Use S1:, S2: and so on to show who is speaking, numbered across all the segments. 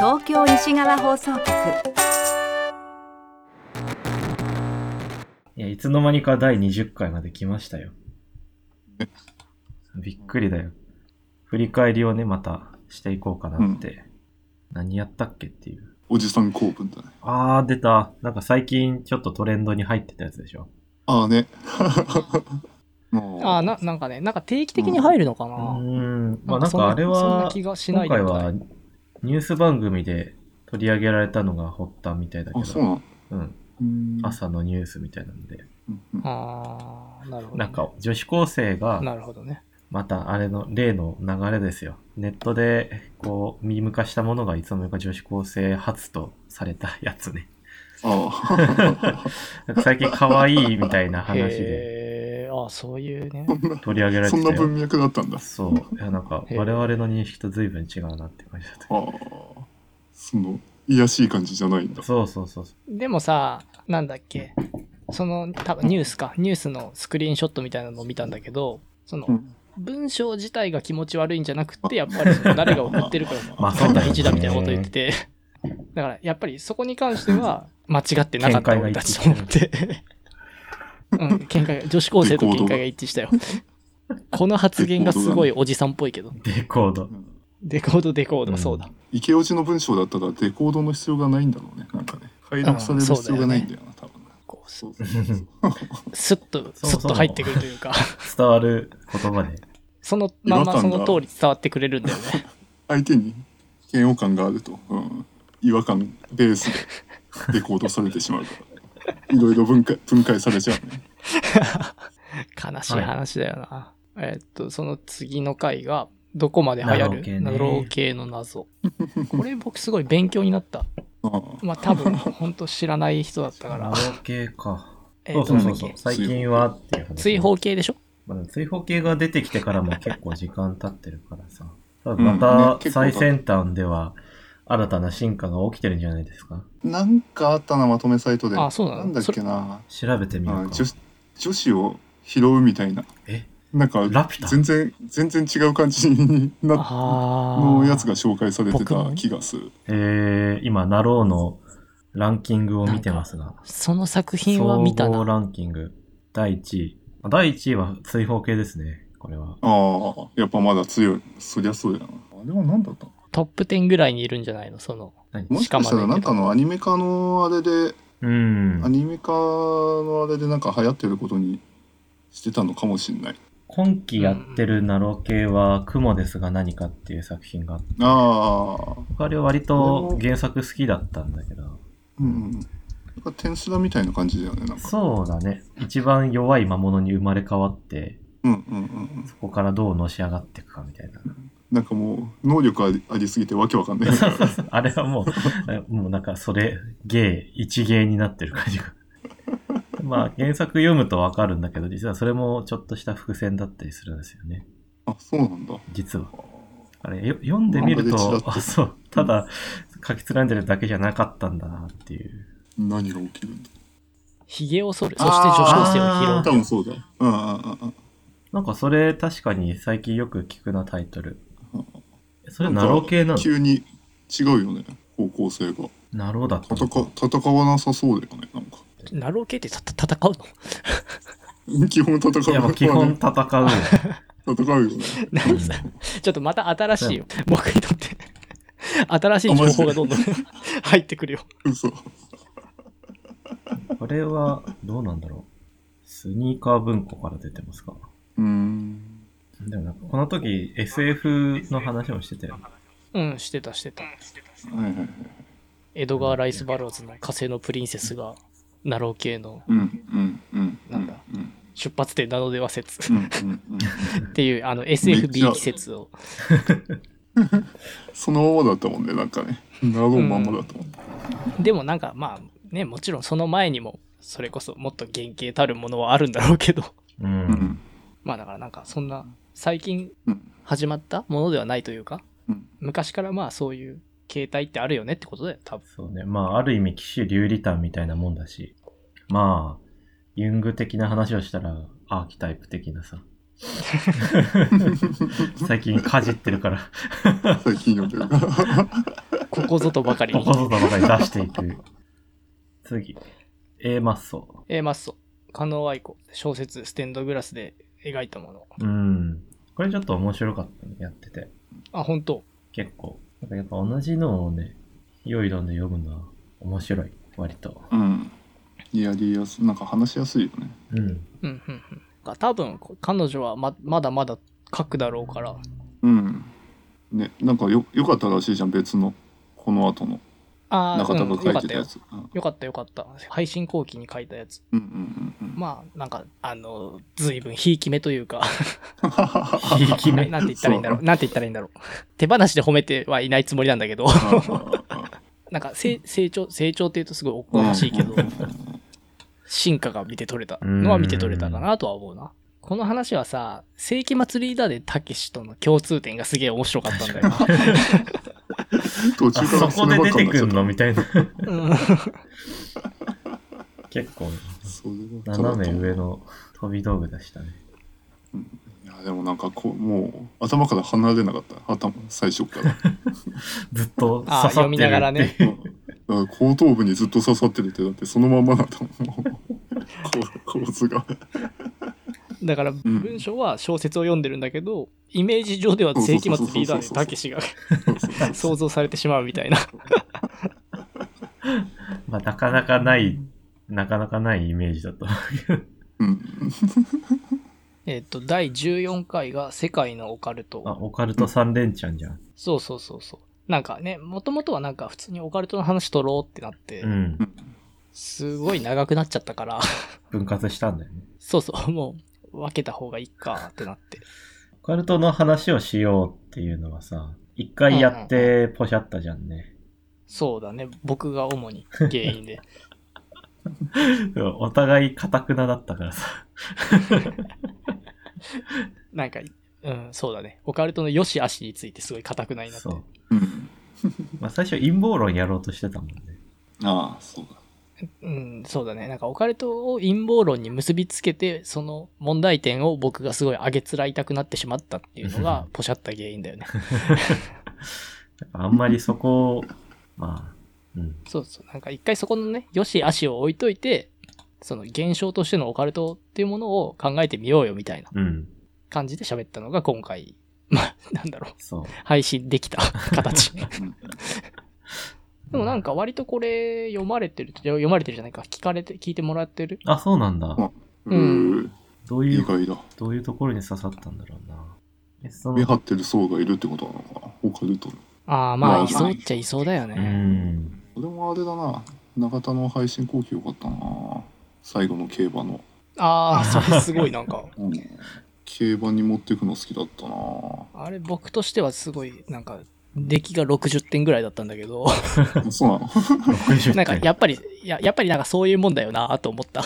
S1: 西側放送局
S2: いや、いつの間にか第20回まで来ましたよ。びっくりだよ。振り返りをね、またしていこうかなって。何やったっけっていう。
S3: おじさん構文だね。
S2: あー、出た。なんか最近ちょっとトレンドに入ってたやつでしょ。
S3: ああ ね。もう
S4: あーな、なんかね、なんか定期的に入るのか
S2: う
S4: な。
S2: ーん。まあな
S4: なん
S2: か
S4: んか
S2: あれ
S4: そんなそん
S2: は
S4: な、気がしな
S2: 今
S4: いでも
S2: 回
S4: ない
S2: はニュース番組で取り上げられたのが発端みたいだけ
S3: あ、そ
S2: ど、
S3: うなの
S2: うん。
S3: うーん。
S2: 朝のニュースみたいなんで。
S3: うんうん
S4: ああ、なるほど、ね。
S2: なんか女子高生が、
S4: なるほどね。
S2: またあれの例の流れですよ。ネットでこう、ミーム化したものがいつの間にか女子高生初とされたやつ ね。
S3: あ
S2: なんか最近可愛いみたいな話で
S4: へえ、あーそういうね。
S2: 取り上げら れ
S3: あ。そ
S2: て
S3: ん
S2: た
S3: な
S2: よ。
S3: 文脈だったんだ。
S2: そう。いやなんか
S4: へー
S2: 我々の認識と随分違うなって感じだった。
S3: ああ。その、いやしい感じじゃないんだ。
S2: そうそうそうそ
S4: でもさ、なんだっけ。その、多分ニュースか。ニュースのスクリーンショットみたいなのを見たんだけど、その
S3: う、ん
S4: 文章自体が気持ち悪いんじゃなくて、やっぱりその誰が送ってるか
S2: う。 まあそう
S4: が
S2: だよ
S4: 大
S2: ね。
S4: 事だみたいなこと言ってて、だからやっぱりそこに関しては間違ってなかった俺たちと思って。うん、見解が女子高生と見解が一致したよ。この発言がすごいおじさんっぽいけど。
S2: デコード。
S4: デコードデコード、そうだ。
S3: 池オジの文章だったらデコードの必要がないんだろうね。なんかね。解読される必要がないんだよな、多分。
S4: こうす
S3: そうそうそう。
S4: スッと、
S2: そう
S4: ス
S2: そう
S4: ッと入ってくるというか、
S2: 伝わる言葉で。
S4: そのまん
S3: 違和
S4: まそ
S3: 感が
S4: の通り伝わってくれるんだよね。
S3: 相手に嫌悪感があると、うん、違和感ベースでデコードされてしまうから。 いろいろ分解分解されちゃうね。
S4: 悲しい話だよな。えーっと、その次の回が、どこまで流行
S2: ナ
S4: るナ
S2: ロー系ね
S4: ロー系の謎。これ僕すごい勉強になった。
S3: あ
S4: まあ多分、本当知らない人だったか
S2: ナ
S4: ら
S2: ロ。ー系か。
S4: え
S2: そ
S4: ー
S2: う
S4: と
S2: そうそうそ
S4: なんだ
S2: う
S4: っ。け
S2: 最近はっていう話。
S4: 追放系でしょ
S2: まあ、でも追放系が出てきてからも結構時間経ってるから さ。多分
S3: うん
S2: ま
S3: ね
S2: た
S3: 結構
S2: 最
S3: 経っ
S2: 先端では新たな進化が起きてるんじゃないですか
S3: なんかあったな、まとめサイトで。
S4: あそうな
S3: な
S4: の
S3: んだっけな。
S2: 調べてみよ
S3: あ
S2: うか
S3: 女。子女子を拾うみたいな。
S2: え
S3: なんか
S2: ラピュタ
S3: 全然全然違う感じにな
S4: あ
S3: のやつが紹介されて
S4: 僕
S3: た
S4: も
S3: 気がする。
S2: えー、今、ナローのランキングを見てますが。
S4: その作品は
S2: 総
S4: 見た
S2: 合
S4: な。
S2: ランキング、第1位。あ第1位は追放系ですね。これは。
S3: ああ、やっぱまだ強い。そりゃそうだよな。あれは何だったの
S4: トップ10ぐらいにいるんじゃないのその。
S2: 何
S3: もしかしたら
S4: しかも
S3: な
S4: ね
S3: んかのアニメ化のあれで、
S2: うん
S3: ア。ニメ化のあれでなんか流行ってることにしてたのかもしれない。
S2: 今期やってるナロー系は、雲ですが何かっていう作品があって、
S3: ああ、
S2: 僕あれ割と原作好きだったんだけど。
S3: うんうん。なんかテンスラみたいな感じだよね。なんか。
S2: そうだね。一番弱い魔物に生まれ変わって、
S3: うんうんうんうん。
S2: そこからどうのし上がっていくかみたいな。
S3: なんかもう能力ありありすぎてわけわかんない。
S2: あれはもう、もうなんかそれ、芸、一芸になってる感じが。まあ原作読むとわかるんだけど、実はそれもちょっとした伏線だったりするんですよね。
S3: あ、そうなんだ。
S2: 実は。あれ、よ読んでみる
S3: 漫画で
S2: と
S3: ち、らっと
S2: あ、そう、ただ書き連ねてるだけじゃなかったんだなっていう。
S3: 何が起きるんだ。
S4: 髭を剃る。そして女子高生
S2: あ
S4: を
S2: ー
S4: 拾
S3: 多
S4: う。
S3: 分そうだ。うんうんうんうん。
S2: なんかそれ確かに最近よく聞くなタイトル
S3: うん。
S2: それナロ系なの
S3: 急に違うよね方向性が
S2: ナロだったの
S3: 戦戦わなさそうだよねなんか
S4: ナロー系ってたた戦うの
S3: 基本戦 う
S2: いや、もう基本戦うよ。
S3: 戦うよね
S4: 何それちょっとまた新しいよ。僕にとって。 新しい情報がどんどん 入ってくるよ。
S3: 嘘
S2: これは、どうなんだろう。スニーカー文庫から出てますか
S3: うん
S2: でもなんか、この時 SF の話もしてたよね。
S4: うん、してたしてた。
S3: はいはいはい
S4: エドガー・ライス・バローズの火星のプリンセスが、ナロー系の
S3: うんうんうん
S4: なんだ
S3: うん
S4: 出発点なのでは説。
S3: うんうんうん
S4: っていうあの
S3: めっちゃ
S4: SFB 季節を
S3: そのままだったもんねなんかねなるまんまだったもんね
S4: でもなんかまあねもちろんその前にもそれこそもっと原型たるものはあるんだろうけど
S2: う。
S3: うんん
S4: まあだからなんかそんな最近
S3: うん
S4: 始まったものではないというか
S3: うん
S4: 昔からまあそういう形態ってあるよねってことだよ多分
S2: そうね。まあ、ある意味、騎士流リタンみたいなもんだし。まあ、ユング的な話をしたら、アーキタイプ的なさ。最近かじってるから。
S3: 最近読んでるから
S4: ここぞとばかり
S2: こ
S4: に
S2: こ。ぞとばかり出していく。次。A マッソ。
S4: えー、マッソ、加納愛子、小説、ステンドグラスで描いたもの。
S2: うん。これちょっと面白かったね、やってて。
S4: あ、本当
S2: 結構。なんかやっぱ同じのをね、良い論で読むのは面白い、割と。
S3: うん。やりやすなんか話しやすいよね。
S2: うん。
S4: うん、うん、うん。が多分、こ彼女はままだまだ書くだろうから。
S3: うん。ね、なんかよよかったらしいじゃん別のこの後の
S4: ああ、
S3: 中
S4: う
S3: 田
S4: ん、
S3: が
S4: よ
S3: 書
S4: か
S3: い
S4: ってた
S3: た
S4: よ
S3: や。つ。うん
S4: よかったよかった。配信後期に書いたやつ。
S3: うんうんうんうん。
S4: まあ、なんか、あの、随分、ひいき目というか、
S2: ひいき 目。
S4: なんて言ったらいいんだろう。なんて言ったらいいんだろう。手放しで褒めてはいないつもりなんだけど、なんかせ、成長、成長って言うとすごいおこがましいけど、進化が見て取れたのは見て取れたかなとは思うな。この話はさ、世紀祭りだでたけしとの共通点がすげえ面白かったんだよな。
S3: 途
S2: あ
S3: 中か
S2: そ
S3: ら
S2: こで出てくんの
S3: み
S2: みたいな。
S4: うん
S2: 結構、
S3: た
S2: 斜め上の飛び道具でしたね。
S3: いやでもなんかこうもう頭から離れなかった頭最初から
S2: ずっと刺さって
S4: あ
S2: る
S4: 読みながらね。
S3: うんだから後頭部にずっと刺さってるってだってそのまんまなんだもんもうこう構図が
S4: だから
S3: ん
S4: 文章は小説を読んでるんだけど、イメージ上では世紀末リーダーでたけしが想像されてしまうみたいな。
S2: まあ、なかなかない、なかなかないイメージだ った。
S3: うん
S4: えっと、第14回が世界のオカル
S2: あ、
S4: ト。
S2: オカルト三連チャンじゃん。
S4: そうそうそうそう。なんかね、もともとはなんか普通にオカルトの話取ろうってなって、
S2: うん。
S4: すごい長くなっちゃったから、
S2: 分割したんだよね。
S4: そうそう、もう分けた方がいいかってなって。
S2: オカルトの話をしようっていうのはさ、一回やってポシャったじゃんね。
S4: そうだね。僕が主に原 因で。
S2: お互いカタクナだったからさ。
S4: なんか、うん、そうだね。オカルトの良し悪しについてすごい固くないなって
S2: そ。う。
S3: うん
S2: まあ、最初陰謀論やろうとしてたもんね。
S3: ああそうだ
S4: うん、そうだね。なんかオカルトを陰謀論に結びつけて、その問題点を僕がすごい上げつらいたくなってしまったっていうのが、ポシャった原因 だよね。
S2: やっぱあんまりそこを、 まあ、うん。
S4: そうそう。なんか一回そこのね、良し悪しを置いといて、その現象としてのオカルトっていうものを考えてみようよみたいな
S2: うん。
S4: 感じで喋ったのが今回、 まあ、なんだろう。
S2: そう。
S4: 配信でき た形。
S3: ん
S4: でもなんか割とこれ読まれてる、読まれてるじゃないか、聞かれて、聞いてもらってる。
S2: あ、そうなんだ。
S3: うん
S4: う
S3: うんん
S2: どうい
S3: 意
S2: う、
S3: 外だ
S2: どういうところに刺さったんだろうな。え、そ
S3: 目
S2: の、
S3: 張ってる層がいるってことなのかなオカルトの
S4: ああ、ま
S3: ま
S4: あ、
S3: あ
S4: いそうっちゃいそうだよ
S2: う
S4: ね。
S2: ん。
S3: でもあれだな中田の配信後期よかったな最後の競馬の、
S4: ああ、それすごいなんか。
S3: うん、競馬に持っていくの好きだったな
S4: あれ僕としてはすごい、なんか、出来が60点ぐらいだったんだけど、
S3: そうなの
S2: 60
S4: なんか
S2: 点
S4: やっぱり、ややっぱりなんかそういうもんだよなと 思った。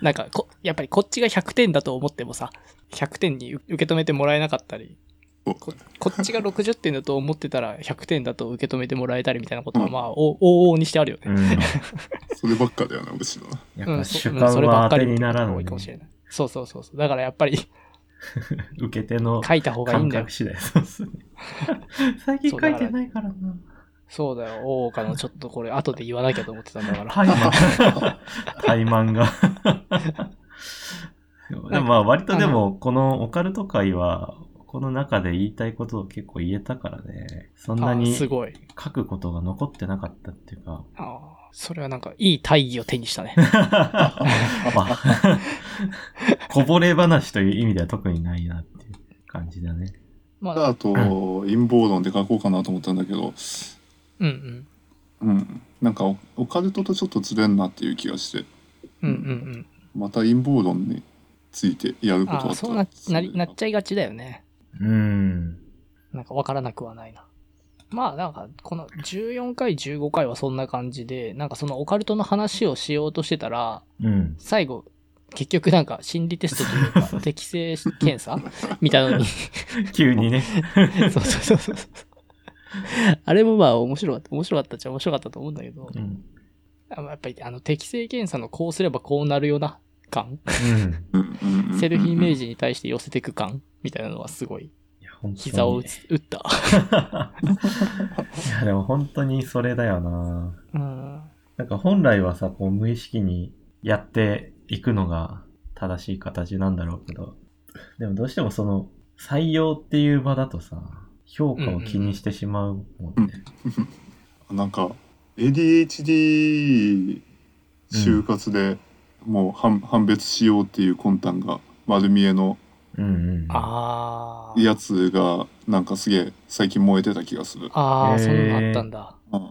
S4: なんかこ、やっぱりこっちが100点だと思ってもさ、100点に受け止めてもらえなかったり、ここっちが60点だと思ってたら100点だと受け止めてもらえたりみたいなことは、
S3: うん
S4: まあ、お往々にしてあるよね。
S2: うん。
S3: そればっかだよなむしろな
S2: やっ
S4: う
S2: ぱ
S4: ん、そ
S2: 主
S4: うんそ
S2: 観
S4: れば
S2: は
S4: っか
S2: 当て
S4: り
S2: にならん
S4: 多
S2: の
S4: い
S2: に
S4: かもしれない。そうそうそうそう。だからやっぱり
S2: 受け手の
S4: 書いた方がいい
S2: 感
S4: んだよ
S2: 覚。次第。そうっす ね。最近書いてないからな。
S4: そうだよ。大岡のちょっとこれ後で言わなきゃと思ってたんだから。
S2: タイマン。タイマンが。でもまあ割とでも、このオカルト界は、この中で言いたいことを結構言えたからね、そんな
S4: あ
S2: に
S4: ーす
S2: 書
S4: ごい。
S2: くことが残ってなかったっていうか、
S4: ああ、それはなんかいい大義を手 にしたね。
S2: まあこぼれ話という意味では特にないなっていう感じだね。
S4: まあ、
S3: あと、陰謀論で書こうかなと思ったんだけど、
S4: うんうん。
S3: うん、なんかオオカルトとちょっとずれんなっていう気がして
S4: うんうん
S3: また陰謀論についてやる
S4: うん。
S3: こと
S4: あ
S3: があ
S4: あ、
S3: った
S4: そう
S3: ら
S4: なな
S3: それ
S4: りなっちゃいがちだよね。
S2: うん。
S4: なんかわからなくはないな。まあなんかこの14回15回はそんな感じで、なんかそのオカルトの話をしようとしてたら、
S2: うん。
S4: 最後、結局なんか心理テストという か適正検査みたいなのに。
S2: 急にね。
S4: そうそうそうそう。あれもまあ面白かった、面白かったっちゃ面白かったと思うんだけど、
S2: うん。
S4: あやっぱりあの適正検査のこうすればこうなるよな感
S2: うん。
S3: うんうんうんうん
S4: セルフイメージに対して寄せていく感みたいなのはすごい。
S2: いや、本当に
S4: 膝を打つ打った。
S2: いや、でも本当にそれだよな。
S4: うん。
S2: なんか本来はさ、こう無意識にやっていくのが正しい形なんだろうけど、でもどうしてもその採用っていう場だとさ、評価を気にしてしまうもんね。
S3: なんか ADHD 就活でもう判判別しようっていう魂胆が丸見えの
S2: うんうん。
S4: ああ。
S3: やつがなんかすげえ最近燃えてた気がする。
S4: ああ、
S2: へー
S4: そんなのあったんだ。
S3: うん、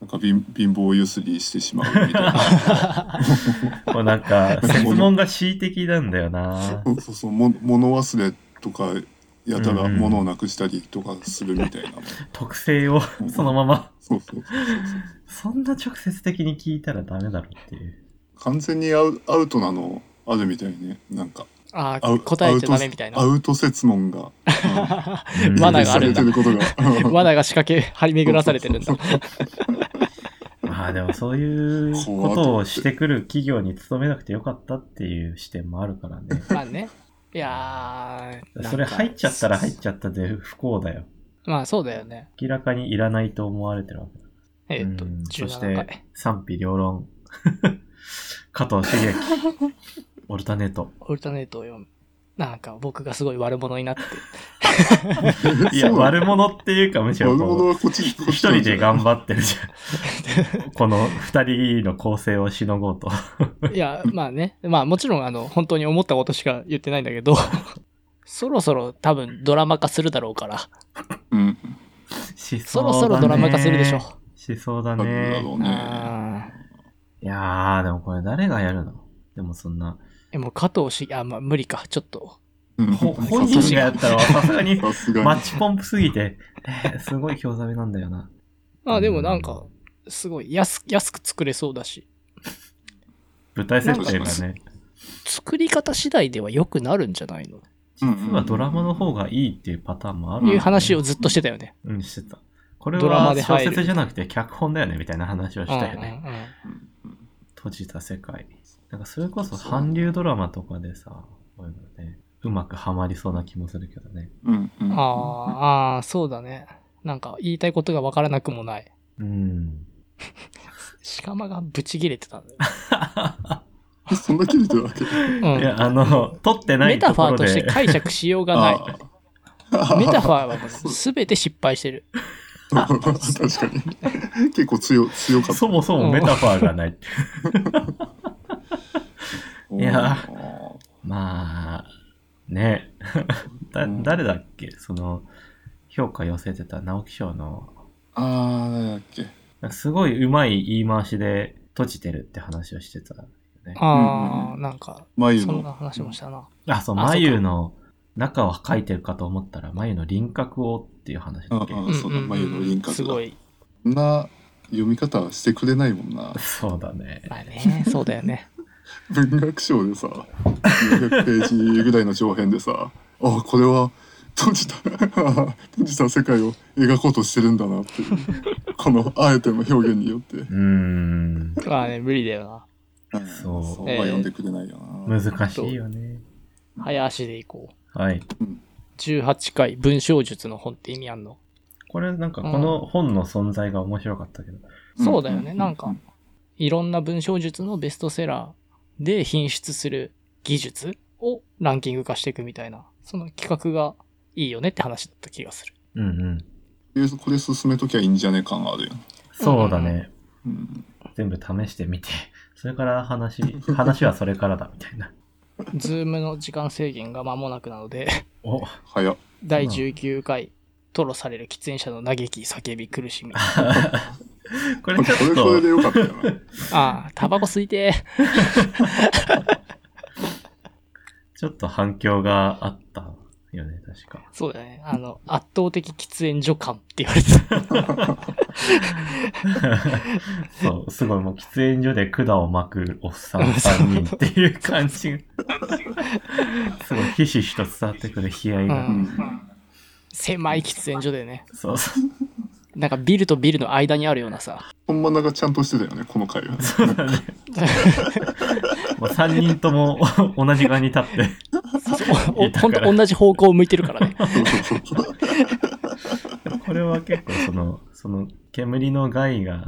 S3: なんか貧貧乏ゆすりしてしまうみた いな。
S2: もうなんか、質問が恣意的なんだよな。
S3: そうそうそうも物忘れとかやたら
S2: うんうん
S3: 物をなくしたりとかするみたい な。
S2: 特性をそのまま。
S3: そうそうそうそう
S2: そんな直接的に聞いたらダメだろっていう。
S3: 完全にアウアウトなのあるみたいね。なんか
S4: あ
S3: アウ
S4: あ、答えちゃダメみたい
S3: ア
S4: な。
S3: ウト説 問が、
S2: うん
S4: マナーがある
S3: され
S4: んだ
S3: てることが。うん
S4: 罠が仕掛け、張り巡らされてるんだ。
S2: まあでもそういうことをしてくる企業に勤めなくてよかったっていう視点もあるからね。
S4: まあね。いやー
S2: それ入っちゃったら入っ
S4: ゃ
S2: ちゃったで不幸だよ。
S4: まあそうだよね。
S2: 明らかにいらないと思われてるわけだ。
S4: えっと、
S2: うんそし
S4: 17
S2: て
S4: 回。
S2: 賛否両論。 加藤茂樹。オルタネート。
S4: オルタネートを読む。なんか僕がすごい悪者になって。
S2: いや、悪者っていうかむしろ
S3: 悪者
S2: こ
S3: はこっち、
S2: う、
S3: こっ
S2: 一
S3: ちなん
S2: 人
S3: じ
S2: で
S3: ゃない
S2: 頑張ってるじゃん。この二人の構成をしのごうと。
S4: いや、まあね。まあもちろん、あの、本当に思ったことしか言ってないんだけど、 そろそろ多分ドラマ化するだろうから、
S3: うん。
S2: し
S4: そうろ
S2: だね
S4: そろドラマ化するでしょ。。
S2: しそうだ
S3: なんだ
S2: ね。
S3: ろうね。
S4: あー
S2: いやー、でもこれ誰がやるのでもそんな、
S4: え、もう加藤氏、あ、まあ無理か、ちょっと。
S3: うん
S2: ほ本人がやったらさすがに
S3: さすが
S2: マ
S3: に
S2: ッ。チポンプすぎて、えーすごい興ざめなんだよな。
S4: まあでもなんか、すごい安安く作れそうだし、
S2: 舞台設定がね、
S4: 作り方次第では良くなるんじゃないの、
S2: 実はドラマの方がいいっていうパターンもある、
S4: いう話をずっとしてたよね。
S2: うん、してた。これ
S4: ドラマ
S2: は
S4: で
S2: 小
S4: 入る
S2: 説じゃなくて脚本だよねみたいな話をしたよね。
S4: うんうんうん
S2: 閉じた世界。なんかそれこそ韓流ドラマとかでさ、こういうのね、うまくはまりそうな気もするけどね。
S3: うんうんうん
S4: あーあー、そうだね。なんか言いたいことがわからなくもない。
S2: うん。
S4: しかまがブチ切れてたんだよ。
S3: そんな切れてるわけ。
S4: う
S2: い
S4: ん
S2: や、あの、 撮ってな
S4: メ
S2: いと
S4: タフ
S2: こ
S4: ァー
S2: ろ
S4: として
S2: で。
S4: 解釈しようがない。
S3: ああ
S4: メタファーはもう全て失敗してる。
S3: 確かに。結構強強かった。
S2: そもそもメタファーがない。いやまあ、ねだ、
S3: うん
S2: 誰だっけその、評価寄せてた直木賞の、
S3: あー誰だっけ。
S2: すごい上手い言い回しで閉じてるって話をしてたよね。
S4: あ
S3: う
S4: あ、なんか、
S3: 眉
S4: そんな
S3: の。
S4: 話もしたな。
S2: あ、そう、
S4: あそうか
S2: 眉の中は書いてるかと思ったら、眉の輪郭をっていう話だっけ
S3: うん
S4: うん
S3: そうだ
S4: うん
S3: 眉の輪郭が
S4: すごい。
S3: そんな読み方してくれないもんな。
S2: そうだね。
S4: まあね、そうだよね。
S3: 文学賞でさ、400ページぐらいの上辺でさ、あこれは閉じた 閉じた世界を描こうとしてるんだなっていう。このあえての表現によって。
S2: うーん、
S4: まあね、無理だよ
S3: うん
S2: そう
S3: そうは読んでくれないよな。
S2: 難しいよね。
S4: な。早足でいこう。
S2: はい。
S4: 18回、文章術の本って意味あんの、
S2: これなんかこの本の存在が面白かったけど。
S3: うん
S4: そうだよね。なん
S3: う
S4: か
S3: ん、
S4: いろんな文章術のベストセラーで品質する技術をランキング化していくみたいな、その企画がいいよねって話だった気がする。
S2: うんうん。
S3: えーこれ進めときゃいいんじゃねえ感あるよ。
S2: そうだね。
S3: うん、
S2: 全部試してみて、それから話、話はそれからだみたいな。
S4: ズームの時間制限が間もなくなので、
S2: お、
S3: 早っ。
S4: 第19回、吐露される喫煙者の嘆き、叫び、苦しみ。あ
S2: こ
S3: こ
S2: れ
S3: れ
S2: ちょっ
S3: それで
S2: と、
S3: よかったよな。
S4: あ、タバコ吸いてー。
S2: ちょっと反響があったよね、確か。
S4: そうだね。あの、圧倒的喫煙所感って言われてた。
S2: そう、すごいもう喫煙所で管を巻くおっさん3人っていう感じが。すごいひしひしと伝わってくる悲哀
S4: う
S2: が。
S4: ん狭い喫煙所でね。
S2: そうそう。
S4: なんかビルとビルの間にあるようなさ。
S3: ほんまなんかちゃんとしてたよね、この回は。
S2: もう3人とも同じ側に立って、
S4: おおほんと同じ方向を向いてるからね。
S3: そうそうそうそう。
S2: これは結構その、その煙の害が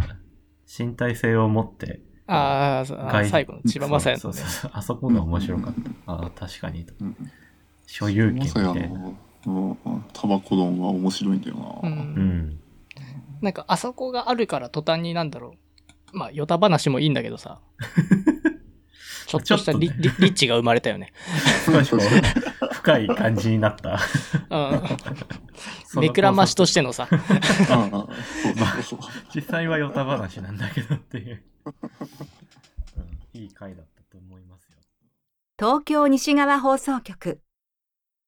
S2: 身体性を持って、
S4: あーそうあ
S2: 害
S4: ー、最後の千葉雅也
S2: そ
S4: の
S2: う
S4: ね
S2: そうそう。あそこが面白かった。ああ、確かにと。
S3: うん
S2: 所有権
S3: ま
S2: み
S3: さ
S2: た
S3: や
S2: いな。
S3: の、うん、タバコ丼は面白いんだよ
S4: う。
S2: う
S3: な。
S2: んん。
S4: なんか、あそこがあるから途端になんだろう。まあ、ヨタ話もいいんだけ どさ。ちょっとしたリ
S2: ちょっ
S4: リリッチが生まれたよね。
S2: 少しこう、深い感じになった。
S4: う
S2: その
S4: ん。目くらましとしてのさ。
S3: うんうんそうそうそうそう
S2: 実際はヨタ話なんだけどっていう、うん、いい回だったと思いますよ。
S1: 東京西側放送局